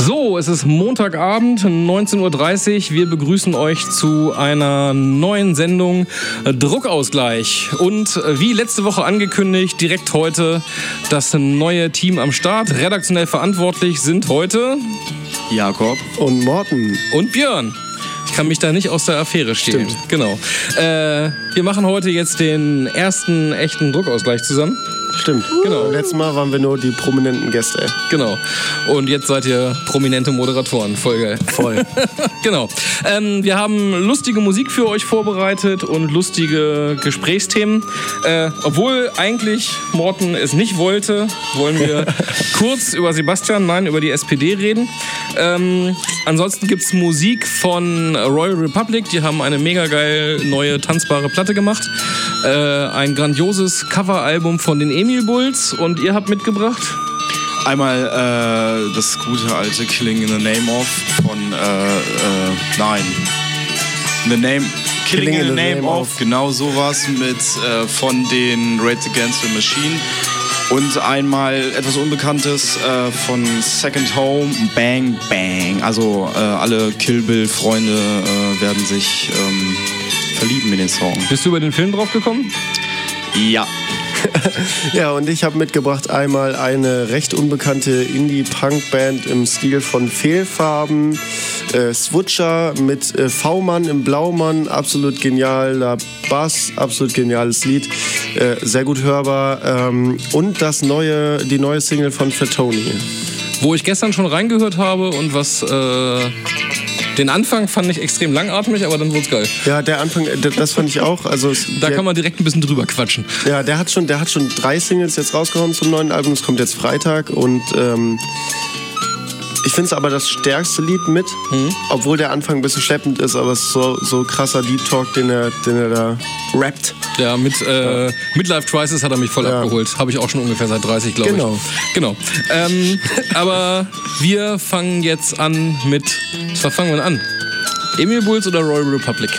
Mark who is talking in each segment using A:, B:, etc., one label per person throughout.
A: Hallo, es ist Montagabend, 19.30 Uhr. Wir begrüßen euch zu einer neuen Sendung äh, Druckausgleich. Und äh, wie letzte Woche angekündigt, direkt heute das neue Team am Start. Redaktionell verantwortlich sind heute
B: Jakob.
C: Und Morten.
A: und Björn. Ich kann mich da nicht aus der Affäre stehlen. Genau. Äh, wir machen heute jetzt den ersten echten Druckausgleich zusammen.
C: Stimmt.
A: Genau.
C: Uh. Letztes Mal waren wir nur die prominenten Gäste.
A: Genau. Und jetzt seid ihr prominente Moderatoren. Voll geil.
C: Voll.
A: genau. Ähm, wir haben lustige Musik für euch vorbereitet und lustige Gesprächsthemen. Äh, obwohl eigentlich Morten es nicht wollte, wollen wir kurz über Sebastian, nein, über die SPD reden. Ähm, ansonsten gibt es Musik von Royal Republic. Die haben eine mega geil neue tanzbare Platte gemacht. Äh, ein grandioses Coveralbum von den Emil Bulls. Und ihr habt mitgebracht?
B: Einmal äh, das gute alte Killing in the Name of von, äh, äh, nein. In the Name. Killing, in the, Name, of. Genau sowas mit äh, von den Rage Against the Machine. Und einmal etwas Unbekanntes äh, von Second Home, Bang Bang. Also äh, alle Kill Bill-Freunde äh, werden sich ähm, verlieben in den Song.
A: Bist du über den Film draufgekommen?
B: Ja.
C: Ja, und ich habe mitgebracht einmal eine recht unbekannte Indie-Punk-Band im Stil von Fehlfarben. Äh, Switcher mit äh, V-Mann im Blaumann. Absolut genialer Bass, absolut geniales Lied. Äh, sehr gut hörbar. Ähm, und das neue, die neue Single von Fatoni.
A: Wo ich gestern schon reingehört habe und was. Äh, den Anfang fand ich extrem langatmig, aber dann wurde es geil.
C: Ja, der Anfang, äh, d- das fand ich auch. Also, es-
A: Da
C: der,
A: kann man direkt ein bisschen drüber quatschen.
C: Ja, der hat schon, der hat schon drei Singles jetzt rausgehauen zum neuen Album. Es kommt jetzt Freitag und ähm, ich finde es aber das stärkste Lied mit, obwohl der Anfang ein bisschen schleppend ist, aber es ist so, so krasser Deep Talk, den er, den er da rappt.
A: Ja, mit äh, Midlife Crisis hat er mich voll abgeholt. Habe ich auch schon ungefähr seit 30, glaube
C: Genau.
A: ich. Genau. Ähm, aber wir fangen jetzt an mit. Was fangen wir denn an? Emil Bulls oder Royal Republic?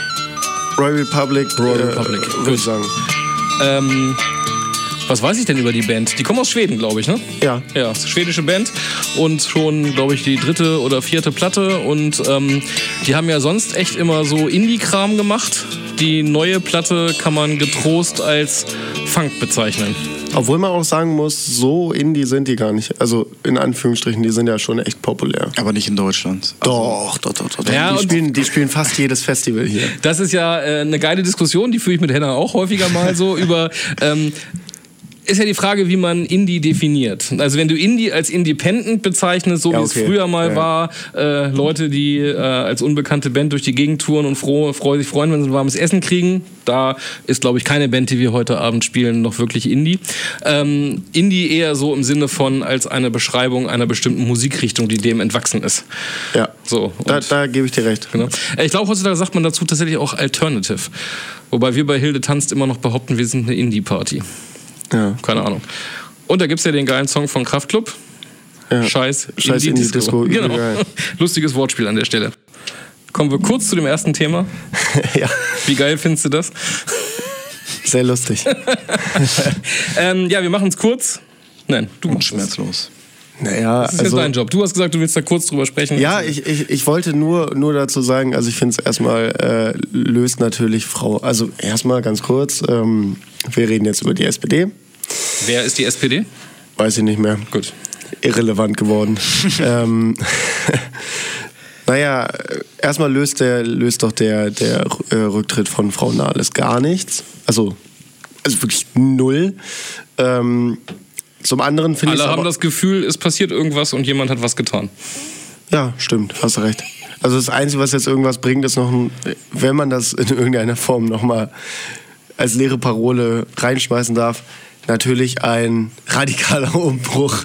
C: Royal Republic, äh,
A: Royal Republic,
C: würde
A: gut.
C: ich sagen.
A: Ähm, was weiß ich denn über die Band? Die kommen aus Schweden, glaube ich, ne?
C: Ja.
A: Ja, ist eine schwedische Band und schon, glaube ich, die dritte oder vierte Platte. Und ähm, die haben ja sonst echt immer so Indie-Kram gemacht. Die neue Platte kann man getrost als Funk bezeichnen.
C: Obwohl man auch sagen muss, so indie sind die gar nicht. Also in Anführungsstrichen, die sind ja schon echt populär.
B: Aber nicht in Deutschland.
C: Doch, doch, doch, doch.
A: Ja,
C: die,
A: und-
C: spielen, die spielen fast jedes Festival hier.
A: Das ist ja äh, eine geile Diskussion, die führe ich mit Henna auch häufiger mal so über. Ähm, ist ja die Frage, wie man Indie definiert. Also wenn du Indie als Independent bezeichnest, so
C: Ja,
A: wie
C: okay.
A: es früher mal
C: Ja.
A: war, äh, Leute, die äh, als unbekannte Band durch die Gegend touren und froh, freu, sich freuen, wenn sie ein warmes Essen kriegen, da ist, glaube ich, keine Band, die wir heute Abend spielen, noch wirklich Indie. Ähm, Indie eher so im Sinne von als eine Beschreibung einer bestimmten Musikrichtung, die dem entwachsen ist.
C: Ja,
A: So,
C: da,
A: und-
C: da gebe ich dir recht.
A: Genau. Äh, Ich glaube, heutzutage sagt man dazu tatsächlich auch Alternative. Wobei wir bei Hilde tanzt immer noch behaupten, wir sind eine Indie-Party.
C: Ja.
A: Keine Ahnung. Und da gibt es ja den geilen Song von Kraftklub.
C: Ja.
A: Scheiß,
C: Scheiß Indie-Disco, übel
A: Genau.
C: geil.
A: Lustiges Wortspiel an der Stelle. Kommen wir kurz zu dem ersten Thema.
C: ja,
A: Wie geil findest du das?
C: sehr lustig.
A: Ähm, ja, wir machen es kurz. Nein, du machst
C: Also-
A: es.
B: Schmerzlos.
C: Naja, also,
A: Das ist jetzt dein Job. Du hast gesagt, du willst da kurz drüber sprechen.
C: Ja, ich, ich, ich wollte nur, nur dazu sagen, also ich finde es erstmal äh, löst natürlich Frau. Also erstmal ganz kurz, ähm, wir reden jetzt über die SPD.
A: Wer ist die SPD?
C: Weiß ich nicht mehr.
A: Gut.
C: Irrelevant geworden. ähm, naja, äh, erstmal löst, der, löst doch der, der äh, Rücktritt von Frau Nahles gar nichts. Also, also wirklich null. Ähm, zum anderen finde ich
A: Alle haben
C: aber-
A: das Gefühl, es passiert irgendwas und jemand hat was getan.
C: Ja, stimmt, hast du recht. Also das Einzige, was jetzt irgendwas bringt, ist noch, ein, wenn man das in irgendeiner Form nochmal als leere Parole reinschmeißen darf, natürlich ein radikaler Umbruch,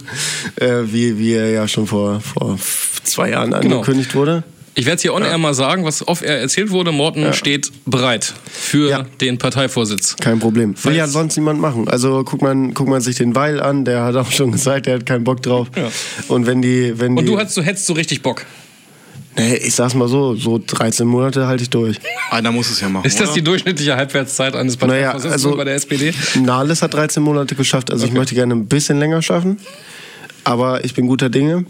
C: äh, wie, wie er ja schon vor, vor zwei Jahren
A: Genau.
C: angekündigt wurde.
A: Ich werde es hier on-air mal sagen, was off-air erzählt wurde. Morten steht bereit für
C: Ja.
A: den Parteivorsitz.
C: Kein Problem. Will
A: Falls-
C: ja sonst niemand machen. Also guckt man, guckt man sich den Weil an, der hat auch schon gesagt, der hat keinen Bock drauf.
A: Ja.
C: Und wenn die, wenn
A: Und
C: die,
A: du hättest, du hättest so richtig Bock.
C: nee, ich sag's mal so, so 13 Monate halte ich durch.
B: Einer muss es ja machen.
A: Ist das
B: oder?
A: die durchschnittliche Halbwertszeit eines Parteivorsitzenden
C: also-
A: bei der SPD?
C: Nahles hat 13 Monate geschafft, also ich möchte gerne ein bisschen länger schaffen. Aber ich bin guter Dinge.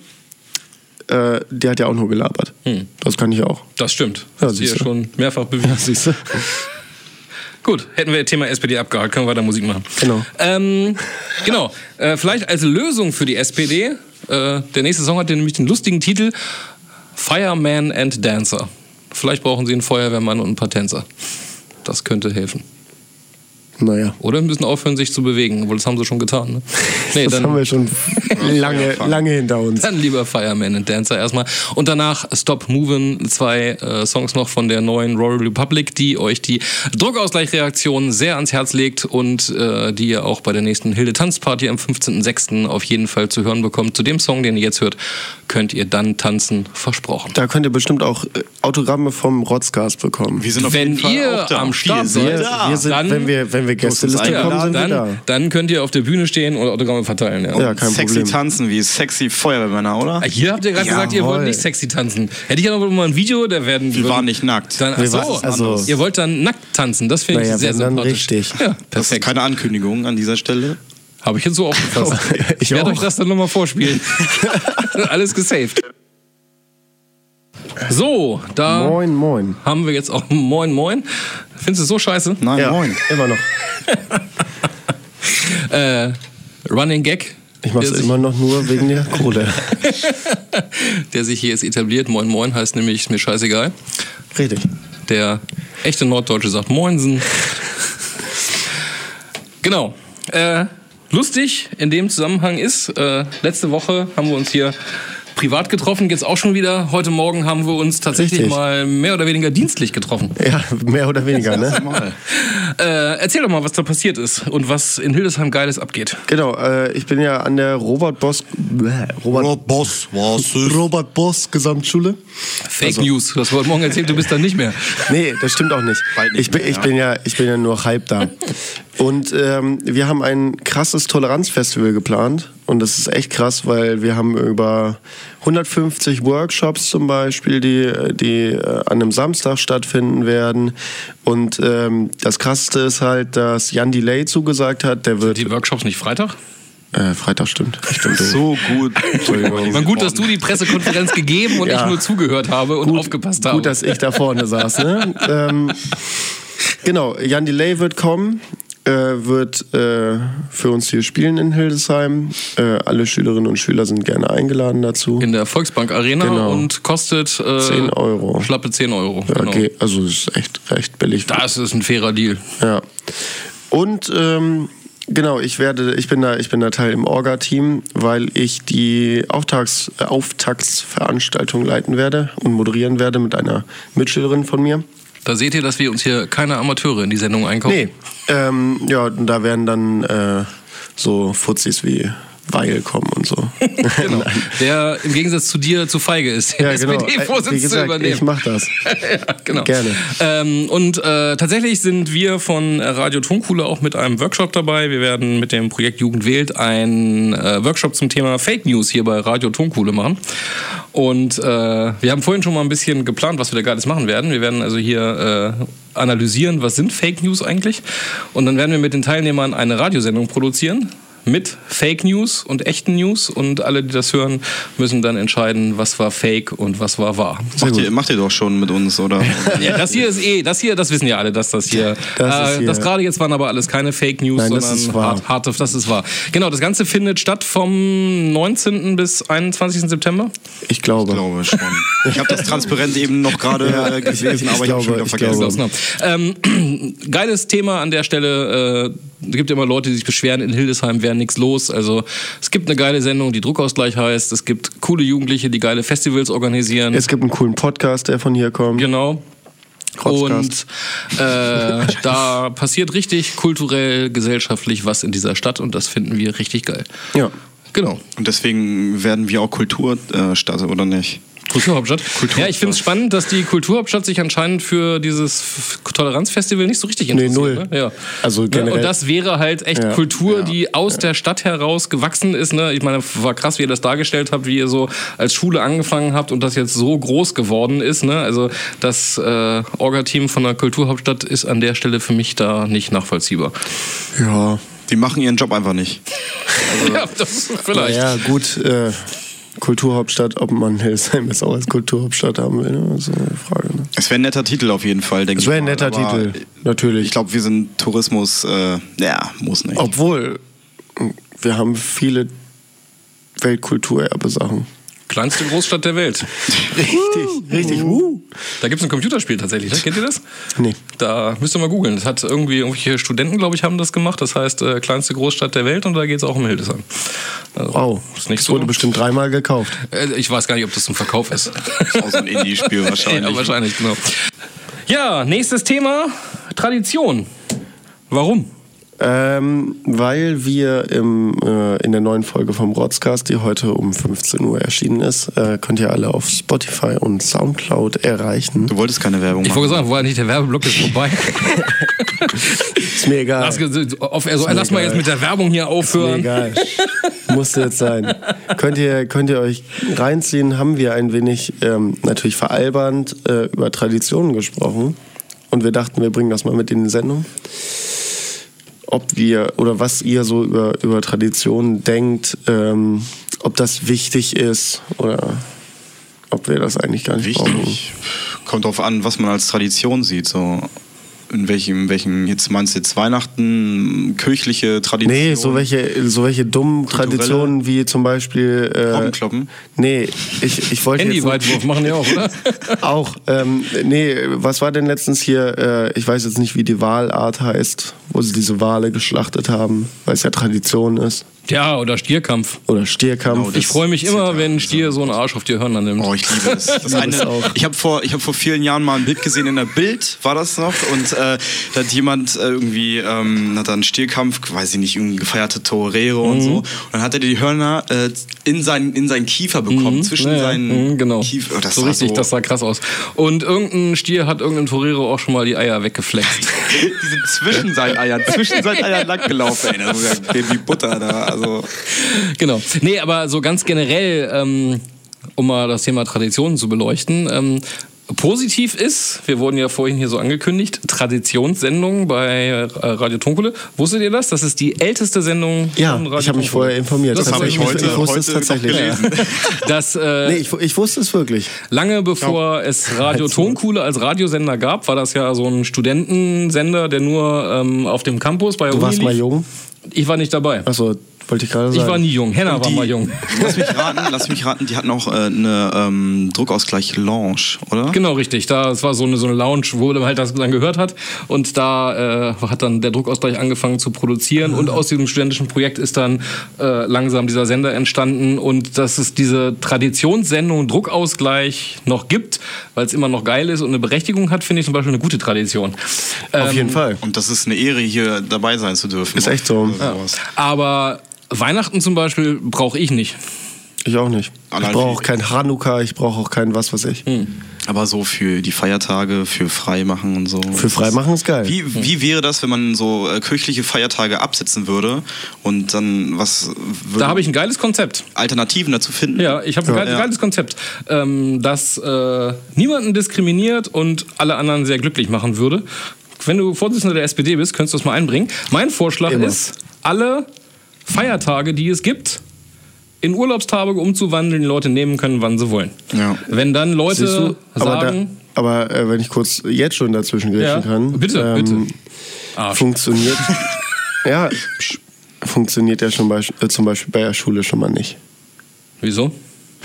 C: äh, die hat ja auch nur gelabert.
A: Hm.
C: Das kann ich auch.
A: Das stimmt.
C: Ja,
A: Hast du ja
C: siehste.
A: schon mehrfach bewiesen.
C: Siehst du?
A: Gut, hätten wir Thema SPD abgehakt, können wir weiter Musik machen.
C: Genau.
A: Ähm, genau. Äh, vielleicht als Lösung für die SPD. Äh, der nächste Song hat nämlich den lustigen Titel Fireman and Dancer. Vielleicht brauchen sie einen Feuerwehrmann und ein paar Tänzer. Das könnte helfen.
C: Naja.
A: Oder wir müssen aufhören, sich zu bewegen, obwohl das haben sie schon getan. Ne? Nee,
C: das haben wir schon lange, lange hinter uns.
A: Dann lieber Fireman and Dancer erstmal. Und danach Stop Movin', zwei äh, Songs noch von der neuen Royal Republic, die euch die Druckausgleichreaktion sehr ans Herz legt und äh, die ihr auch bei der nächsten Hilde Tanzparty am 15.06. auf jeden Fall zu hören bekommt. Zu dem Song, den ihr jetzt hört, könnt ihr dann tanzen, versprochen.
C: Da könnt ihr bestimmt auch äh, Autogramme vom Rotzcast bekommen.
B: Wir sind auf
A: Wenn
B: jeden Fall
A: ihr
B: auch da.
A: am Start
B: Wir
A: seid,
B: sind
C: wir,
B: da.
C: wir sind,
A: Dann-
C: wenn wir, wenn wir Gästeliste
B: uns
C: bekommen,
A: Ja,
C: sind wir
A: dann,
C: da.
A: dann könnt ihr auf der Bühne stehen und Autogramme verteilen. Ja.
C: Ja, kein
B: sexy
C: Problem.
B: tanzen wie sexy Feuerwehrmänner, oder?
A: Ah, Hier habt ihr gerade gesagt, ihr
C: Jawohl.
A: wollt nicht sexy tanzen. Hätte ich ja noch mal ein Video, da werden
B: Wir waren nicht nackt.
A: Dann, ach
C: Wir
A: so,
C: waren- also-
A: ihr wollt dann nackt tanzen, das finde
C: Naja,
A: ich sehr
C: wenn dann
A: sympathisch.
C: richtig.
A: Ja,
B: Das ist
A: perfekt.
B: keine Ankündigung an dieser Stelle.
A: Habe ich jetzt so aufgefasst.
C: Okay, ich
A: ich werde
C: auch.
A: euch das dann nochmal vorspielen. Alles gesaved. So, da
C: Moin, moin.
A: haben wir jetzt auch Moin Moin. Findest du es so scheiße?
B: Nein, moin.
C: Immer noch.
A: Äh, Running Gag.
C: Ich mache
A: der
C: es
A: sich-
C: immer noch nur wegen der Kohle.
A: Der sich hier jetzt etabliert. Moin Moin heißt nämlich, ist mir scheißegal.
C: Richtig.
A: Der echte Norddeutsche sagt Moinsen. genau. Äh, lustig in dem Zusammenhang ist, äh, letzte Woche haben wir uns hier privat getroffen, jetzt auch schon wieder. Heute Morgen haben wir uns tatsächlich
C: Richtig.
A: mal mehr oder weniger dienstlich getroffen.
C: Ja, mehr oder weniger, ne?
A: Äh, erzähl doch mal, was da passiert ist und was in Hildesheim Geiles abgeht.
C: Genau, äh, ich bin ja an der Robert Boss. Bäh, Robert,
B: Boss, was ist?
C: Robert Boss Gesamtschule.
A: Fake
C: Also
A: News, das wurde morgen erzählt, du bist da nicht mehr.
C: Nee, das stimmt auch nicht.
B: Bald nicht
C: ich, bin,
B: mehr,
C: ich,
B: ja.
C: bin ja, ich bin ja nur halb da. Und ähm, wir haben ein krasses Toleranzfestival geplant. Und das ist echt krass, weil wir haben über 150 Workshops zum Beispiel, die, die äh, an einem Samstag stattfinden werden. Und ähm, das Krasseste ist halt, dass Jan Delay zugesagt hat, der wird...
A: Die Workshops nicht Freitag?
C: Äh, Freitag stimmt. stimmt
B: So gut.
A: Man, gut, dass du die Pressekonferenz gegeben und
C: Ja.
A: ich nur zugehört habe und aufgepasst habe.
C: Gut, dass ich da vorne saß. Ne? ähm, genau, Jan Delay wird kommen, äh, wird äh, für uns hier spielen in Hildesheim. Äh, alle Schülerinnen und Schüler sind gerne eingeladen dazu.
A: In der Volksbank Arena
C: Genau.
A: und kostet äh,
C: 10 Euro.
A: Schlappe 10 Euro.
C: Ja,
A: genau.
C: okay, also es ist echt recht billig.
A: Das ist ein fairer Deal.
C: Ja. Und ähm, genau, ich werde, ich bin da, ich bin da Teil im Orga-Team, weil ich die Auftakts, äh, Auftaktsveranstaltung leiten werde und moderieren werde mit einer Mitschülerin von mir.
A: Da seht ihr, dass wir uns hier keine Amateure in die Sendung einkaufen.
C: Nee. Ähm, ja, und da werden dann äh, so Fuzzis wie Weil kommen und so.
A: Genau. Der im Gegensatz zu dir zu feige ist, den
C: Ja, genau. Wie
A: SPD-Vorsitz zu
C: gesagt,
A: übernehmen.
C: ich mach das.
A: ja, genau.
C: Gerne.
A: Ähm, und äh, tatsächlich sind wir von Radio Tonkuhle auch mit einem Workshop dabei. Wir werden mit dem Projekt Jugend wählt einen äh, Workshop zum Thema Fake News hier bei Radio Tonkuhle machen. Und äh, wir haben vorhin schon mal ein bisschen geplant, was wir da Geiles machen werden. Wir werden also hier äh, analysieren, was sind Fake News eigentlich. Und dann werden wir mit den Teilnehmern eine Radiosendung produzieren. Mit Fake News und echten News und alle, die das hören, müssen dann entscheiden, was war Fake und was war wahr.
B: Macht ihr, macht ihr doch schon mit uns, oder?
A: Ja, das hier ist eh, das hier, das wissen ja alle, dass das hier,
C: Das
A: das,
C: ist
A: äh,
C: hier-
A: das gerade jetzt waren aber alles keine Fake News,
C: Nein, das
A: sondern
C: ist wahr.
A: Hard, harte, das ist wahr. Genau, das Ganze findet statt vom 19. bis 21. September.
C: Ich glaube.
B: Ich glaube schon. Ich habe das transparent eben noch gerade äh, gelesen,
C: ich
B: aber ich habe schon
C: glaube,
B: wieder
C: ich
B: vergessen.
C: glaube.
A: Genau. Ähm, geiles Thema an der Stelle. Äh, es gibt immer Leute, die sich beschweren, in Hildesheim wäre nichts los. Also es gibt eine geile Sendung, die Druckausgleich heißt. Es gibt coole Jugendliche, die geile Festivals organisieren.
C: Es gibt einen coolen Podcast, der von hier kommt.
A: Genau. Und
C: Rotzcast.
A: äh, da passiert richtig kulturell, gesellschaftlich was in dieser Stadt und das finden wir richtig geil.
C: Ja.
A: Genau.
B: Und deswegen werden wir auch Kulturstadt, oder nicht?
A: Kulturhauptstadt. ja, ich finde es spannend, dass die Kulturhauptstadt sich anscheinend für dieses F- Toleranzfestival nicht so richtig
C: Nee,
A: interessiert.
C: null.
A: Ne? Ja.
C: Also
A: Ja,
C: generell-
A: Und das wäre halt echt
C: Ja,
A: Kultur, die aus der Stadt heraus gewachsen ist. Ne? Ich meine, war krass, wie ihr das dargestellt habt, wie ihr so als Schule angefangen habt und das jetzt so groß geworden ist. Ne? Also das äh, Orga-Team von der Kulturhauptstadt ist an der Stelle für mich da nicht nachvollziehbar.
C: Ja.
B: Die machen ihren Job einfach nicht.
C: Also
A: ja, das vielleicht.
C: Naja, gut. Äh, Kulturhauptstadt, ob man Hildesheim jetzt auch als Kulturhauptstadt haben will, ne? das ist eine Frage. Ne?
B: Es wäre ein netter Titel auf jeden Fall, denke ich.
C: Das wäre ein
B: mal,
C: netter
B: aber
C: Titel, natürlich.
B: Ich glaube, wir sind Tourismus, äh, ja, muss nicht.
C: Obwohl, wir haben viele Weltkulturerbe-Sachen.
A: Kleinste Großstadt der Welt.
C: Richtig, richtig. Uh.
A: Da gibt es ein Computerspiel tatsächlich, ne? kennt ihr das?
C: Nee.
A: Da müsst ihr mal googeln. Das hat irgendwie irgendwelche Studenten, glaube ich, haben das gemacht. Das heißt, äh, kleinste Großstadt der Welt und da geht es auch um Hildesheim. Also,
C: Wow,
A: Ist nicht
C: das
A: so.
C: wurde bestimmt dreimal gekauft.
A: Äh, Ich weiß gar nicht, ob das zum Verkauf ist.
B: Auch so ein Indie-Spiel wahrscheinlich. ne?
A: ja, wahrscheinlich, genau. Ja, nächstes Thema: Tradition. Warum?
C: Ähm, weil wir im, äh, in der neuen Folge vom Rotzcast, die heute um 15 Uhr erschienen ist, äh, könnt ihr alle auf Spotify und Soundcloud erreichen.
B: Du wolltest keine Werbung
A: Ich
B: machen.
A: wollte sagen, war nicht der Werbeblock ist vorbei.
C: Ist mir egal.
A: Lass, auf, also, lass mal
C: egal.
A: jetzt mit der Werbung hier
C: Mir
A: aufhören.
C: egal. Musste jetzt sein. Könnt ihr, könnt ihr euch reinziehen, haben wir ein wenig ähm, natürlich veralbernd äh, über Traditionen gesprochen. Und wir dachten, wir bringen das mal mit in die Sendung. Ob wir oder was ihr so über, über Traditionen denkt, ähm, ob das wichtig ist oder ob wir das eigentlich gar nicht brauchen.
B: Wichtig. Kommt drauf an, was man als Tradition sieht. So. In welchem, welchem, jetzt meinst du jetzt Weihnachten, kirchliche Tradition?
C: Nee, so welche, so welche dummen
B: Kulturelle-
C: Traditionen wie zum Beispiel. Äh,
B: Robbenkloppen?
C: Nee, ich, ich wollte. jetzt nicht-
A: Handyweitwurf machen die auch, oder?
C: Auch, ähm, nee, was war denn letztens hier, äh, ich weiß jetzt nicht, wie die Walart heißt, wo sie diese Wale geschlachtet haben, weil es ja Tradition ist.
A: ja, oder Stierkampf.
C: Oder Stierkampf.
B: Genau,
A: Ich freue mich immer, wenn ein Stier so einen Arsch auf die Hörner nimmt.
B: Oh, ich liebe es. Das
C: es
B: eine,
C: auch.
B: ich habe vor, ich hab vor vielen Jahren mal ein Bild gesehen in der Bild, war das noch? Und äh, da hat jemand äh, irgendwie, ähm, hat dann einen Stierkampf, weiß ich nicht, irgendwie gefeierte Torero
A: Mhm.
B: und so. Und dann hat er die Hörner äh, in, seinen, in seinen Kiefer bekommen, zwischen
A: Ja, ja,
B: seinen
A: mhm, genau.
B: Kiefer. Oh, das
A: so
B: war
A: richtig,
B: so,
A: das sah krass aus. Und irgendein Stier hat irgendeinem Torero auch schon mal die Eier weggeflext.
B: Die sind zwischen seinen Eiern, zwischen seinen Eiern lang gelaufen. Ey, das ist ja wie Butter da. Also,
A: genau. Nee, aber so ganz generell, ähm, um mal das Thema Traditionen zu beleuchten. Ähm, Positiv ist, wir wurden ja vorhin hier so angekündigt, Traditionssendung bei äh, Radio Tunkele. Wusstet ihr das? Das ist die älteste Sendung
C: Ja,
A: von Radio
C: ich habe mich
A: Tunkele.
C: vorher informiert.
A: Das habe ich
C: Tatsächlich,
B: heute-
C: Ich wusste es
B: heute noch
C: tatsächlich.
B: gelesen.
A: Das, äh,
C: Nee, ich, ich wusste es wirklich.
A: Lange bevor es Radio Tonkuhle als Radiosender gab, war das ja so ein Studentensender, der nur ähm, auf dem Campus bei
C: Du warst
A: lief.
C: mal jung.
A: Ich war nicht dabei.
C: Achso, wollte ich gerade sagen.
A: Ich war nie jung. Henna war
B: die-
A: mal jung.
B: lass mich raten, lass mich raten, die hatten auch äh, eine ähm, Druckausgleich-Lounge, oder?
A: Genau, richtig. Da, es war so eine, so eine Lounge, wo man halt das dann gehört hat. Und da äh, hat dann der Druckausgleich angefangen zu produzieren. Und
C: Ah.
A: aus diesem studentischen Projekt ist dann äh, langsam dieser Sender entstanden. Und dass es diese Traditionssendung Druckausgleich noch gibt, weil es immer noch geil ist und eine Berechtigung hat, finde ich zum Beispiel eine gute Tradition. Äh,
C: Auf
A: ähm,
C: jeden Fall.
B: Und das ist eine Ehre, hier dabei sein zu dürfen.
C: Ist echt so.
B: Oder sowas.
A: Aber Weihnachten zum Beispiel brauche ich nicht.
C: Ich auch nicht. Ich
B: Allein
C: brauche
B: viel.
C: auch kein Hanukkah, ich brauche auch kein was weiß ich.
A: Hm.
B: Aber so für die Feiertage, für Freimachen und so.
C: Für Freimachen ist geil.
B: Wie, wie wäre das, wenn man so äh, kirchliche Feiertage absetzen würde und dann was
A: Da
B: würde
A: habe ich ein geiles Konzept.
B: Alternativen dazu finden?
A: Ja, ich habe ein geiles,
B: Ja.
A: geiles Konzept, ähm, das äh, niemanden diskriminiert und alle anderen sehr glücklich machen würde. Wenn du Vorsitzender der SPD bist, könntest du das mal einbringen. Mein Vorschlag
C: Immer.
A: ist, alle Feiertage, die es gibt, in Urlaubstage umzuwandeln, die Leute nehmen können, wann sie wollen.
B: Ja.
A: Wenn dann
C: Siehst
A: Leute
C: du? Aber, da,
A: Äh, sagen,
C: aber äh, wenn ich kurz jetzt schon dazwischen
A: Ja.
C: greifen kann. ähm,
A: Bitte, bitte. Arsch.
C: Funktioniert. ja, funktioniert ja schon bei, äh, zum Beispiel bei der Schule schon mal nicht.
A: wieso?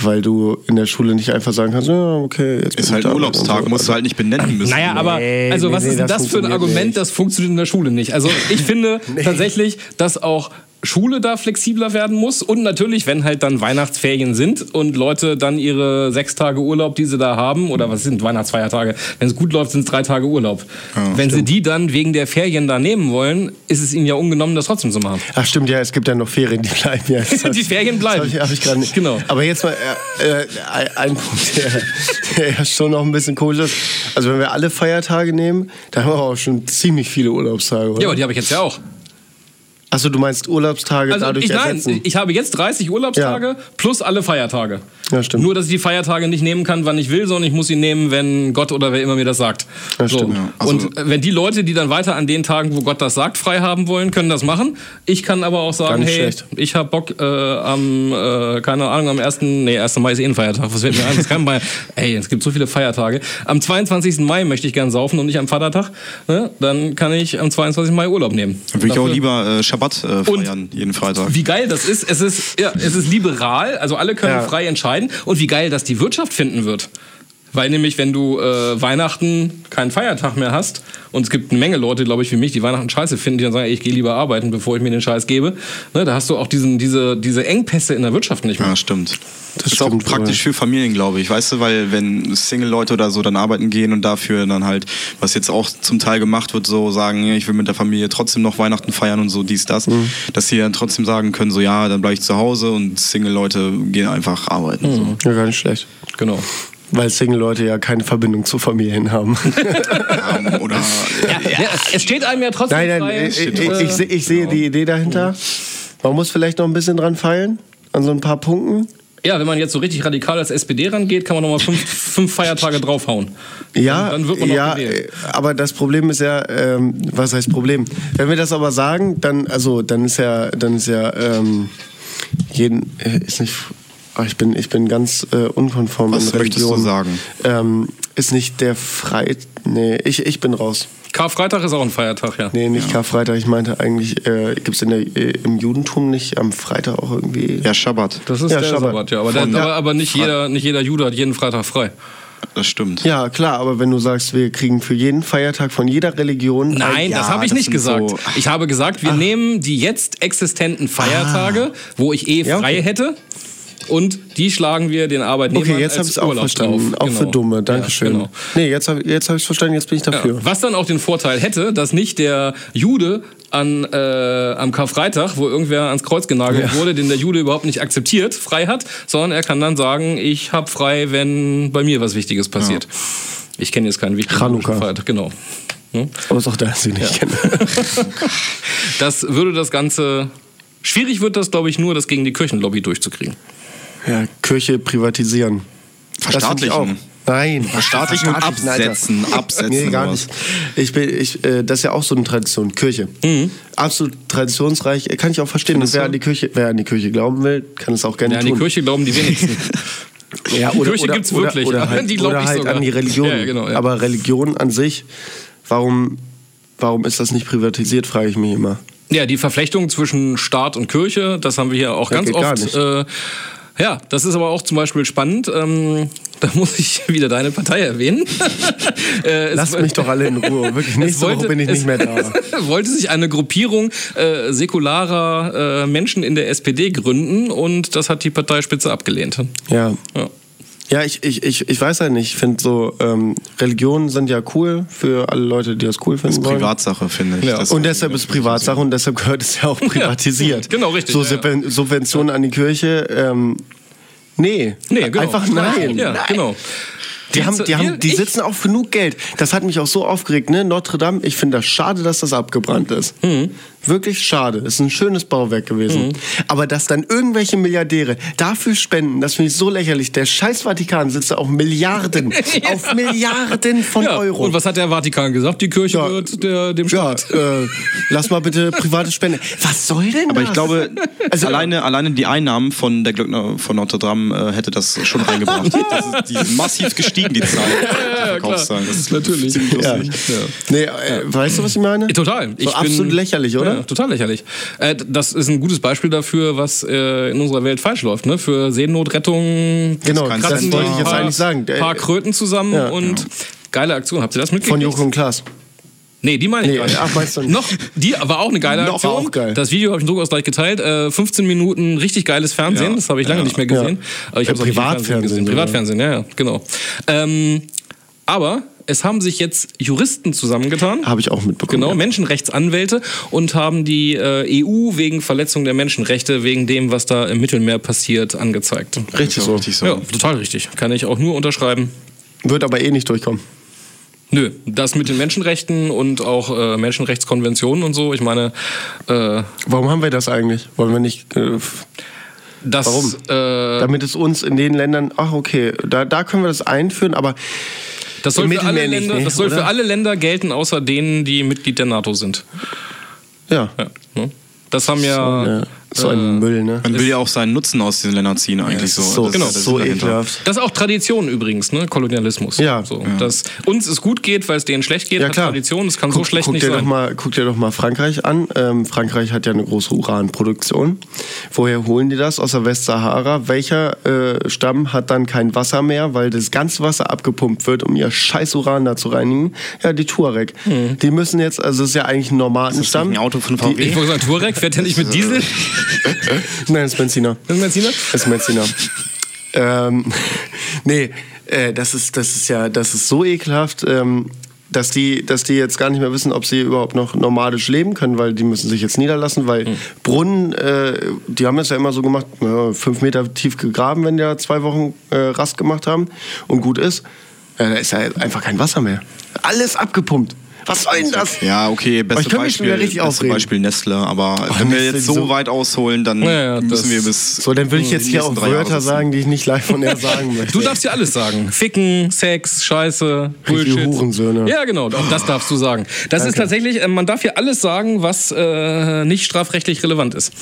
C: Weil du in der Schule nicht einfach sagen kannst, ja, okay, jetzt bin ich
B: Ist halt
C: da
B: ein Urlaubstag,
C: und so.
B: musst du halt nicht benennen müssen.
A: Naja, aber
C: Nee,
A: also
C: nee,
A: was
C: nee,
A: ist denn
C: das
A: das für ein
C: funktioniert
A: Argument,
C: nicht.
A: das funktioniert in der Schule nicht? Also ich finde tatsächlich, dass auch Schule da flexibler werden muss und natürlich, wenn halt dann Weihnachtsferien sind und Leute dann ihre sechs Tage Urlaub, die sie da haben, oder was sind Weihnachtsfeiertage, wenn es gut läuft, sind es drei Tage Urlaub. wenn sie die dann wegen der Ferien da nehmen wollen, ist es ihnen ja ungenommen, das trotzdem zu machen.
C: Ach stimmt, ja, es gibt ja noch Ferien, die bleiben ja. Das hab
A: Die
C: ich-
A: Ferien bleiben.
C: das Hab ich, hab ich gerade nicht.
A: Genau.
C: Aber jetzt mal äh, äh, ein- ein Punkt, der, der ja schon noch ein bisschen komisch ist. Also wenn wir alle Feiertage nehmen, dann haben wir auch schon ziemlich viele Urlaubstage, oder?
A: Ja, aber die habe ich jetzt ja auch.
C: Achso, du meinst Urlaubstage
A: Also
C: dadurch
A: ich, nein,
C: ersetzen?
A: ich habe jetzt 30 Urlaubstage plus alle Feiertage.
C: Ja, stimmt.
A: Nur, dass ich die Feiertage nicht nehmen kann, wann ich will, sondern ich muss sie nehmen, wenn Gott oder wer immer mir das sagt.
C: Ja, stimmt.
B: Ja, also-
A: Und äh, wenn die Leute, die dann weiter an den Tagen, wo Gott das sagt, frei haben wollen, können das machen. Ich kann aber auch sagen,
C: nicht
A: hey,
C: schlecht.
A: ich habe Bock äh, am, äh, keine Ahnung, am 1. Nee, 1. Mai ist eh ein Feiertag. Was wird mir ein? Das kann mal, ey, es gibt so viele Feiertage. Am 22. Mai möchte ich gern saufen und nicht am Vatertag. Ne? Dann kann ich am 22. Mai Urlaub nehmen.
B: Dann würde ich auch
A: Dafür-
B: lieber äh, Schabbat äh,
A: Und-
B: feiern, jeden Freitag.
A: wie geil das ist. Es ist, ja, es ist liberal, also alle können
C: Ja.
A: frei entscheiden. Und wie geil das die Wirtschaft finden wird. Weil nämlich, wenn du äh, Weihnachten keinen Feiertag mehr hast, und es gibt eine Menge Leute, glaube ich, wie mich, die Weihnachten scheiße finden, die dann sagen, ey, ich gehe lieber arbeiten, bevor ich mir den Scheiß gebe, ne, da hast du auch diesen, diese, diese Engpässe in der Wirtschaft nicht mehr.
B: Ja, stimmt. Das ist
C: Mhm. stimmt,
B: auch praktisch für Familien, glaube ich, weißt du, weil wenn Single-Leute oder so dann arbeiten gehen und dafür dann halt, was jetzt auch zum Teil gemacht wird, so sagen, ja, ich will mit der Familie trotzdem noch Weihnachten feiern und so dies, das,
C: Mhm.
B: dass sie dann trotzdem sagen können, so ja, dann bleibe ich zu Hause und Single-Leute gehen einfach arbeiten. So.
C: Ja, gar nicht schlecht.
A: Genau.
C: Weil Single-Leute ja keine Verbindung zu Familien haben.
B: Ähm, oder
A: Ja, es steht einem ja trotzdem
C: nein, nein,
A: frei. Äh,
C: ich, ich, ich, seh- ich sehe
B: Genau.
C: die Idee dahinter. Man muss vielleicht noch ein bisschen dran feilen, an so ein paar Punkten.
A: ja, wenn man jetzt so richtig radikal als SPD rangeht, kann man nochmal fünf, fünf Feiertage draufhauen.
C: Ja,
A: Dann wird man auch
C: ja
A: gewählt.
C: äh, aber das Problem ist ja, ähm, was heißt Problem? Wenn wir das aber sagen, dann, also, dann ist ja, dann ist ja, ähm, jeden, äh, ist nicht, ah, ich bin, ich bin ganz äh, unkonform
B: Was
C: in Religion.
B: möchtest du sagen?
C: Ähm, ist nicht der Frei, nee, ich, ich bin raus.
A: Karfreitag ist auch ein Feiertag, ja.
C: Nee, nicht Karfreitag, ich meinte eigentlich, äh, gibt es äh, im Judentum nicht am Freitag auch irgendwie...
B: ja, Schabbat.
A: Das ist
C: Ja,
A: der
C: Schabbat.
A: Sabbat, ja. Aber, der,
B: Von-
A: aber, aber nicht, jeder, nicht jeder Jude hat jeden Freitag frei.
B: Das stimmt.
C: Ja, klar, aber wenn du sagst, wir kriegen für jeden Feiertag von jeder Religion...
A: Nein,
B: ja,
A: Äh, das habe ich
B: das
A: nicht
B: sind
A: gesagt.
B: so-
A: Ich habe gesagt,
C: Ah.
A: wir nehmen die jetzt existenten Feiertage, wo ich eh
C: Ja, okay.
A: frei hätte. Und die schlagen wir den Arbeitnehmern
C: Okay, jetzt habe
A: als
C: ich es auch
A: Urlaub
C: verstanden.
A: drauf.
C: Auch
A: Genau.
C: für Dumme, Dankeschön.
A: Ja, genau.
C: Nee, jetzt habe jetzt hab ich es verstanden, jetzt bin ich dafür.
A: Ja. Was dann auch den Vorteil hätte, dass nicht der Jude an, äh, am Karfreitag, wo irgendwer ans Kreuz genagelt wurde, den der Jude überhaupt nicht akzeptiert, frei hat, sondern er kann dann sagen, ich habe frei, wenn bei mir was Wichtiges passiert. Ich kenne jetzt keinen wichtigen
C: Chanukka.
A: Feiertag, genau. Hm?
C: Aber es ist auch der einzige, den ich kenne.
A: Das würde das Ganze... Schwierig wird das, glaube ich, nur, das gegen die Kirchenlobby durchzukriegen.
C: Ja, Kirche privatisieren. Das finde ich auch.
B: Verstaatlichen.
C: Nein.
B: Verstaatlichen und
C: Alter.
B: absetzen, absetzen.
C: Nee, gar
B: oder
C: nicht. Ich bin, ich, äh, das ist ja auch so eine Tradition, Kirche.
A: Mhm.
C: Absolut traditionsreich, äh, kann ich auch verstehen. Und wer, an die Kirche, wer an die Kirche glauben will, kann es auch gerne
A: Ja, an die
C: tun.
A: Kirche glauben die wenigsten.
C: ja,
A: die Kirche gibt's wirklich,
C: Oder, oder
A: aber
C: halt,
A: die glaub
C: oder
A: ich
C: halt
A: sogar.
C: an die Religion.
A: Ja, ja, genau, ja.
C: Aber Religion an sich, warum, warum ist das nicht privatisiert, frage ich mich immer.
A: Ja, die Verflechtung zwischen Staat und Kirche, das haben wir hier auch ganz
C: geht gar
A: oft.
C: nicht.
A: Äh, ja, das ist aber auch zum Beispiel spannend. Ähm, da muss ich wieder deine Partei erwähnen. äh, es
C: Lasst mich doch alle in Ruhe. Wirklich, nächste Woche bin ich nicht mehr da.
A: Es wollte sich eine Gruppierung äh, säkularer äh, Menschen in der SPD gründen und das hat die Parteispitze abgelehnt.
C: Ja.
A: Ja.
C: Ja, ich, ich, ich, ich weiß ja nicht. Ich finde so, ähm, Religionen sind ja cool für alle Leute, die das cool
B: Das
C: finden.
B: ist
C: wollen.
B: Privatsache, finde ich.
A: Ja.
B: Das-
C: Und deshalb ist Privatsache und deshalb gehört es ja auch privatisiert.
A: Ja, genau, richtig,
C: So
A: ja, ja.
C: Subven- Subventionen an die Kirche, ähm, nee.
A: Nee, genau.
C: Einfach nein.
A: Ja,
C: nein.
A: genau.
C: Die, haben, die, haben, die
A: ich-
C: sitzen auf genug Geld. Das hat mich auch so aufgeregt, ne? Notre Dame, ich finde das schade, dass das abgebrannt ist.
A: Mhm.
C: Wirklich schade. Ist ein schönes Bauwerk gewesen. Aber dass dann irgendwelche Milliardäre dafür spenden, das finde ich so lächerlich. Der scheiß Vatikan sitzt da auf Milliarden. Auf Milliarden von
A: ja.
C: Euro.
A: Und was hat der Vatikan gesagt? Die Kirche
C: Ja.
A: wird der, dem
C: ja,
A: Staat.
C: äh, lass mal bitte private Spende. Was soll denn
B: Aber
C: das?
B: ich glaube,
C: Also-
B: alleine, alleine die Einnahmen von der Glöckner von Notre Dame äh, hätte das schon reingebracht. Das ist, die sind massiv gestiegen, die Zahlen.
A: ja,
B: die
A: klar.
B: Verkaufszahlen. Das ist
A: Natürlich.
B: ziemlich
C: Ja.
B: lustig.
C: Nee, äh, weißt du, was ich meine?
A: Total.
C: So absolut lächerlich, oder?
A: Ja, total lächerlich. Äh, d- das ist ein gutes Beispiel dafür, was äh, in unserer Welt falsch läuft. Ne? Für Seenotrettung.
C: Genau,
B: Das
C: das,
B: kannst du
A: die
C: wollte ich
B: nicht
C: jetzt
A: paar-
C: eigentlich sagen. Der-
A: paar Kröten zusammen
C: Ja.
A: und geile Aktion. Habt ihr das
C: Von
A: mitgekriegt?
C: Joko und Klaas.
A: Nee, die meine ich
C: Nee,
A: gar nicht.
C: ach, meinst du nicht.
A: Noch, die war auch eine geile
C: Noch
A: Aktion.
C: auch geil.
A: Das Video habe ich im Druckausgleich geteilt. Äh, 15 Minuten richtig geiles Fernsehen.
B: Ja.
A: Das habe ich lange
B: Ja.
A: nicht mehr gesehen.
C: Ja.
A: Aber ich
C: Äh,
A: hab's auch nicht im
C: Privatfernsehen
A: gesehen.
C: sogar.
A: Privatfernsehen, ja, ja, genau. Ähm, aber es haben sich jetzt Juristen zusammengetan.
C: Habe ich auch mitbekommen.
A: Genau,
C: ja.
A: Menschenrechtsanwälte und haben die äh, EU wegen Verletzung der Menschenrechte, wegen dem, was da im Mittelmeer passiert, angezeigt.
B: Richtig so. Richtig so.
A: Ja, total richtig. Kann ich auch nur unterschreiben.
C: Wird aber eh nicht durchkommen.
A: Nö, das mit den Menschenrechten und auch äh, Menschenrechtskonventionen und so. Ich meine, äh,
C: Warum haben wir das eigentlich? Wollen wir nicht. Äh, f-
A: das.
C: Warum?
A: Äh,
C: damit es uns in den Ländern. Ach, okay, da, da können wir das einführen, aber.
A: das soll,
C: im
A: für alle,
C: Mittelmeer nicht,
A: Länder,
C: ne,
A: das soll für
C: oder?
A: alle Länder gelten, außer denen, die Mitglied der NATO sind.
C: Ja.
A: Ja, ne? Das haben ja. äh,
C: ja. So ein Müll, ne?
B: Man will ja auch seinen Nutzen aus diesen Ländern ziehen eigentlich so.
C: So,
B: Das ist ja
C: genau.
B: der Sinn
C: so
B: dahinter.
C: ekelhaft.
A: Das ist auch Tradition übrigens, ne? Kolonialismus.
C: Ja.
A: So,
C: Ja.
A: Dass uns es gut geht, weil es denen schlecht geht,
C: Ja,
A: hat
C: klar.
A: Tradition. Das kann so schlecht
C: guck
A: nicht
C: dir
A: sein.
C: Doch mal, guck dir doch mal Frankreich an. Ähm, Frankreich hat ja eine große Uranproduktion. Woher holen die das? Aus der Westsahara. Welcher äh, Stamm hat dann kein Wasser mehr, weil das ganze Wasser abgepumpt wird, um ihr scheiß Uran da zu reinigen? Ja, die Tuareg.
A: Hm.
C: Die müssen jetzt, also das ist ja eigentlich ein Nomadenstamm.
B: Ein Auto von
A: Ich
B: VW.
A: wollte sagen, Tuareg fährt ja nicht mit Diesel.
C: Nein, das ist Benziner.
A: Das ist Benziner?
C: Das ist Benziner. ähm, nee, äh, das, ist, das ist ja, das ist so ekelhaft, ähm, dass, die, dass die jetzt gar nicht mehr wissen, ob sie überhaupt noch nomadisch leben können, weil die müssen sich jetzt niederlassen, weil Brunnen, äh, die haben das ja immer so gemacht, ja, fünf Meter tief gegraben, wenn die da zwei Wochen äh, Rast gemacht haben und gut ist, äh, da ist ja einfach kein Wasser mehr. Alles abgepumpt. Was soll denn das?
B: Ja, okay, beste
C: ich kann mich
B: Beispiel,
C: schon wieder richtig
B: beste
C: aufregen.
B: Beispiel Nestle, aber
C: Oh,
B: wenn wir
C: Nestle,
B: jetzt so,
C: so-
B: weit ausholen, dann
A: Ja, ja, das-
B: müssen wir bis
C: So, dann will ich
B: Hm, die
C: jetzt hier
B: nächsten
C: auch
B: drei Jahre
C: Wörter
B: sitzen.
C: sagen, die ich nicht live von er sagen möchte.
A: Du darfst ja alles sagen. Ficken, Sex, Scheiße,
C: Richtige
A: Bullshit.
C: Hurensöhne.
A: Ja, genau, auch das darfst du sagen. Das ist tatsächlich, äh, man darf hier alles sagen, was äh, nicht strafrechtlich relevant ist.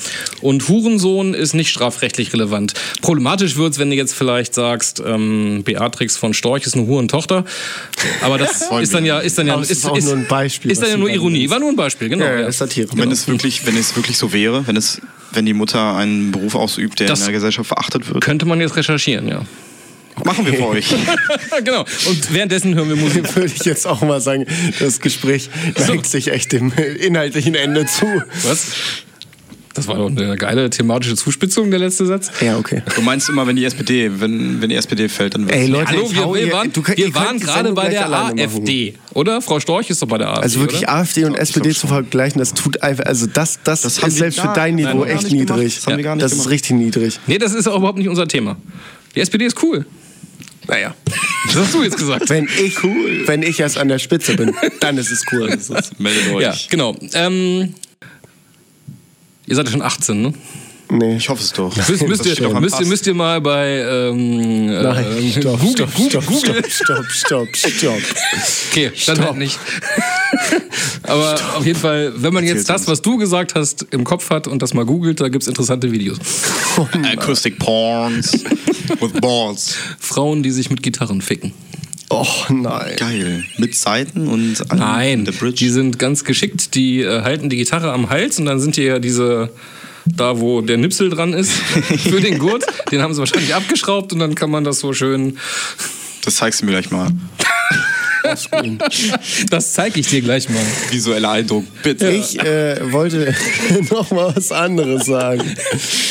A: Und Hurensohn ist nicht strafrechtlich relevant. Problematisch wird's, wenn du jetzt vielleicht sagst, ähm, Beatrix von Storch ist eine Hurentochter. Aber das ist dann ja, ist dann ja,
C: Aber es
A: ist,
C: ist auch nur ein Beispiel,
A: Ist dann
C: was
A: ja
C: du
A: nur
C: dann
A: Ironie.
C: nennst.
A: War nur ein Beispiel, genau.
C: Ja,
A: ja.
C: ja, ist Satire.
B: Wenn es wirklich, wenn es wirklich so wäre, wenn es, wenn die Mutter einen Beruf ausübt, der
A: Das-
B: in der Gesellschaft verachtet wird,
A: Könnte man jetzt recherchieren, ja.
B: machen wir für euch.
A: genau. Und währenddessen hören wir Musik.
C: würde ich jetzt auch mal sagen, das Gespräch neigt sich echt dem inhaltlichen Ende zu.
A: Was? Das war doch eine geile thematische Zuspitzung, der letzte Satz.
C: Ja, okay.
B: Du meinst immer, wenn die SPD, wenn, wenn die SPD fällt, dann wird's-
C: Ey, Leute,
A: Hallo,
C: ich
A: wir,
C: hau
A: wir
C: hier-
A: waren,
C: du könnt-
A: wir
C: ihr könnt
A: waren
C: die
A: gerade
C: Sendung
A: bei
C: gleich
A: der
C: alleine
A: AfD, oder? Frau Storch ist doch bei der AfD.
C: Also wirklich
A: oder?
C: AfD und SPD zu vergleichen, das tut einfach, also das, das,
B: Das haben
C: ist
B: die
C: selbst für
B: gar-
C: dein
B: nein,
C: Niveau
B: haben wir gar
C: echt
B: nicht gemacht.
C: niedrig.
B: Das haben wir gar nicht
C: das ist
B: gemacht.
C: richtig niedrig.
A: Nee, das ist auch überhaupt nicht unser Thema. Die SPD ist cool. Naja, das hast du jetzt gesagt.
C: Wenn ich, wenn ich erst an der Spitze bin, dann ist es cool.
B: meldet euch.
A: ja, genau. Ähm, ihr seid ja schon 18, ne?
C: Nee.
B: Ich hoffe es doch.
A: Müsst, müsst,
B: Das
A: ihr,
B: Stefan
A: müsst, ihr,
B: passt.
A: müsst ihr mal bei ähm, äh,
C: Nein, stopp,
A: Google,
C: stopp,
A: Google,
C: stopp,
A: Google.
C: stopp, stopp, stopp, stopp.
A: Okay, dann halt nicht. Aber auf jeden Fall, wenn man jetzt
B: Erzähl's
A: das,
B: uns.
A: was du gesagt hast, im Kopf hat und das mal googelt, da gibt es interessante Videos.
B: Acoustic Porns with Balls.
A: Frauen, die sich mit Gitarren ficken.
C: Oh nein.
B: Geil. Mit Seiten und allem.
A: Nein,
B: The Bridge.
A: die sind ganz geschickt, die äh, halten die Gitarre am Hals und dann sind die ja diese, da wo der Nipsel dran ist, für den Gurt, den haben sie wahrscheinlich abgeschraubt und dann kann man das so schön,
B: Das zeigst du mir gleich mal.
A: das zeige ich dir gleich mal.
B: Visueller Eindruck, bitte.
C: Ich äh, wollte noch mal was anderes sagen.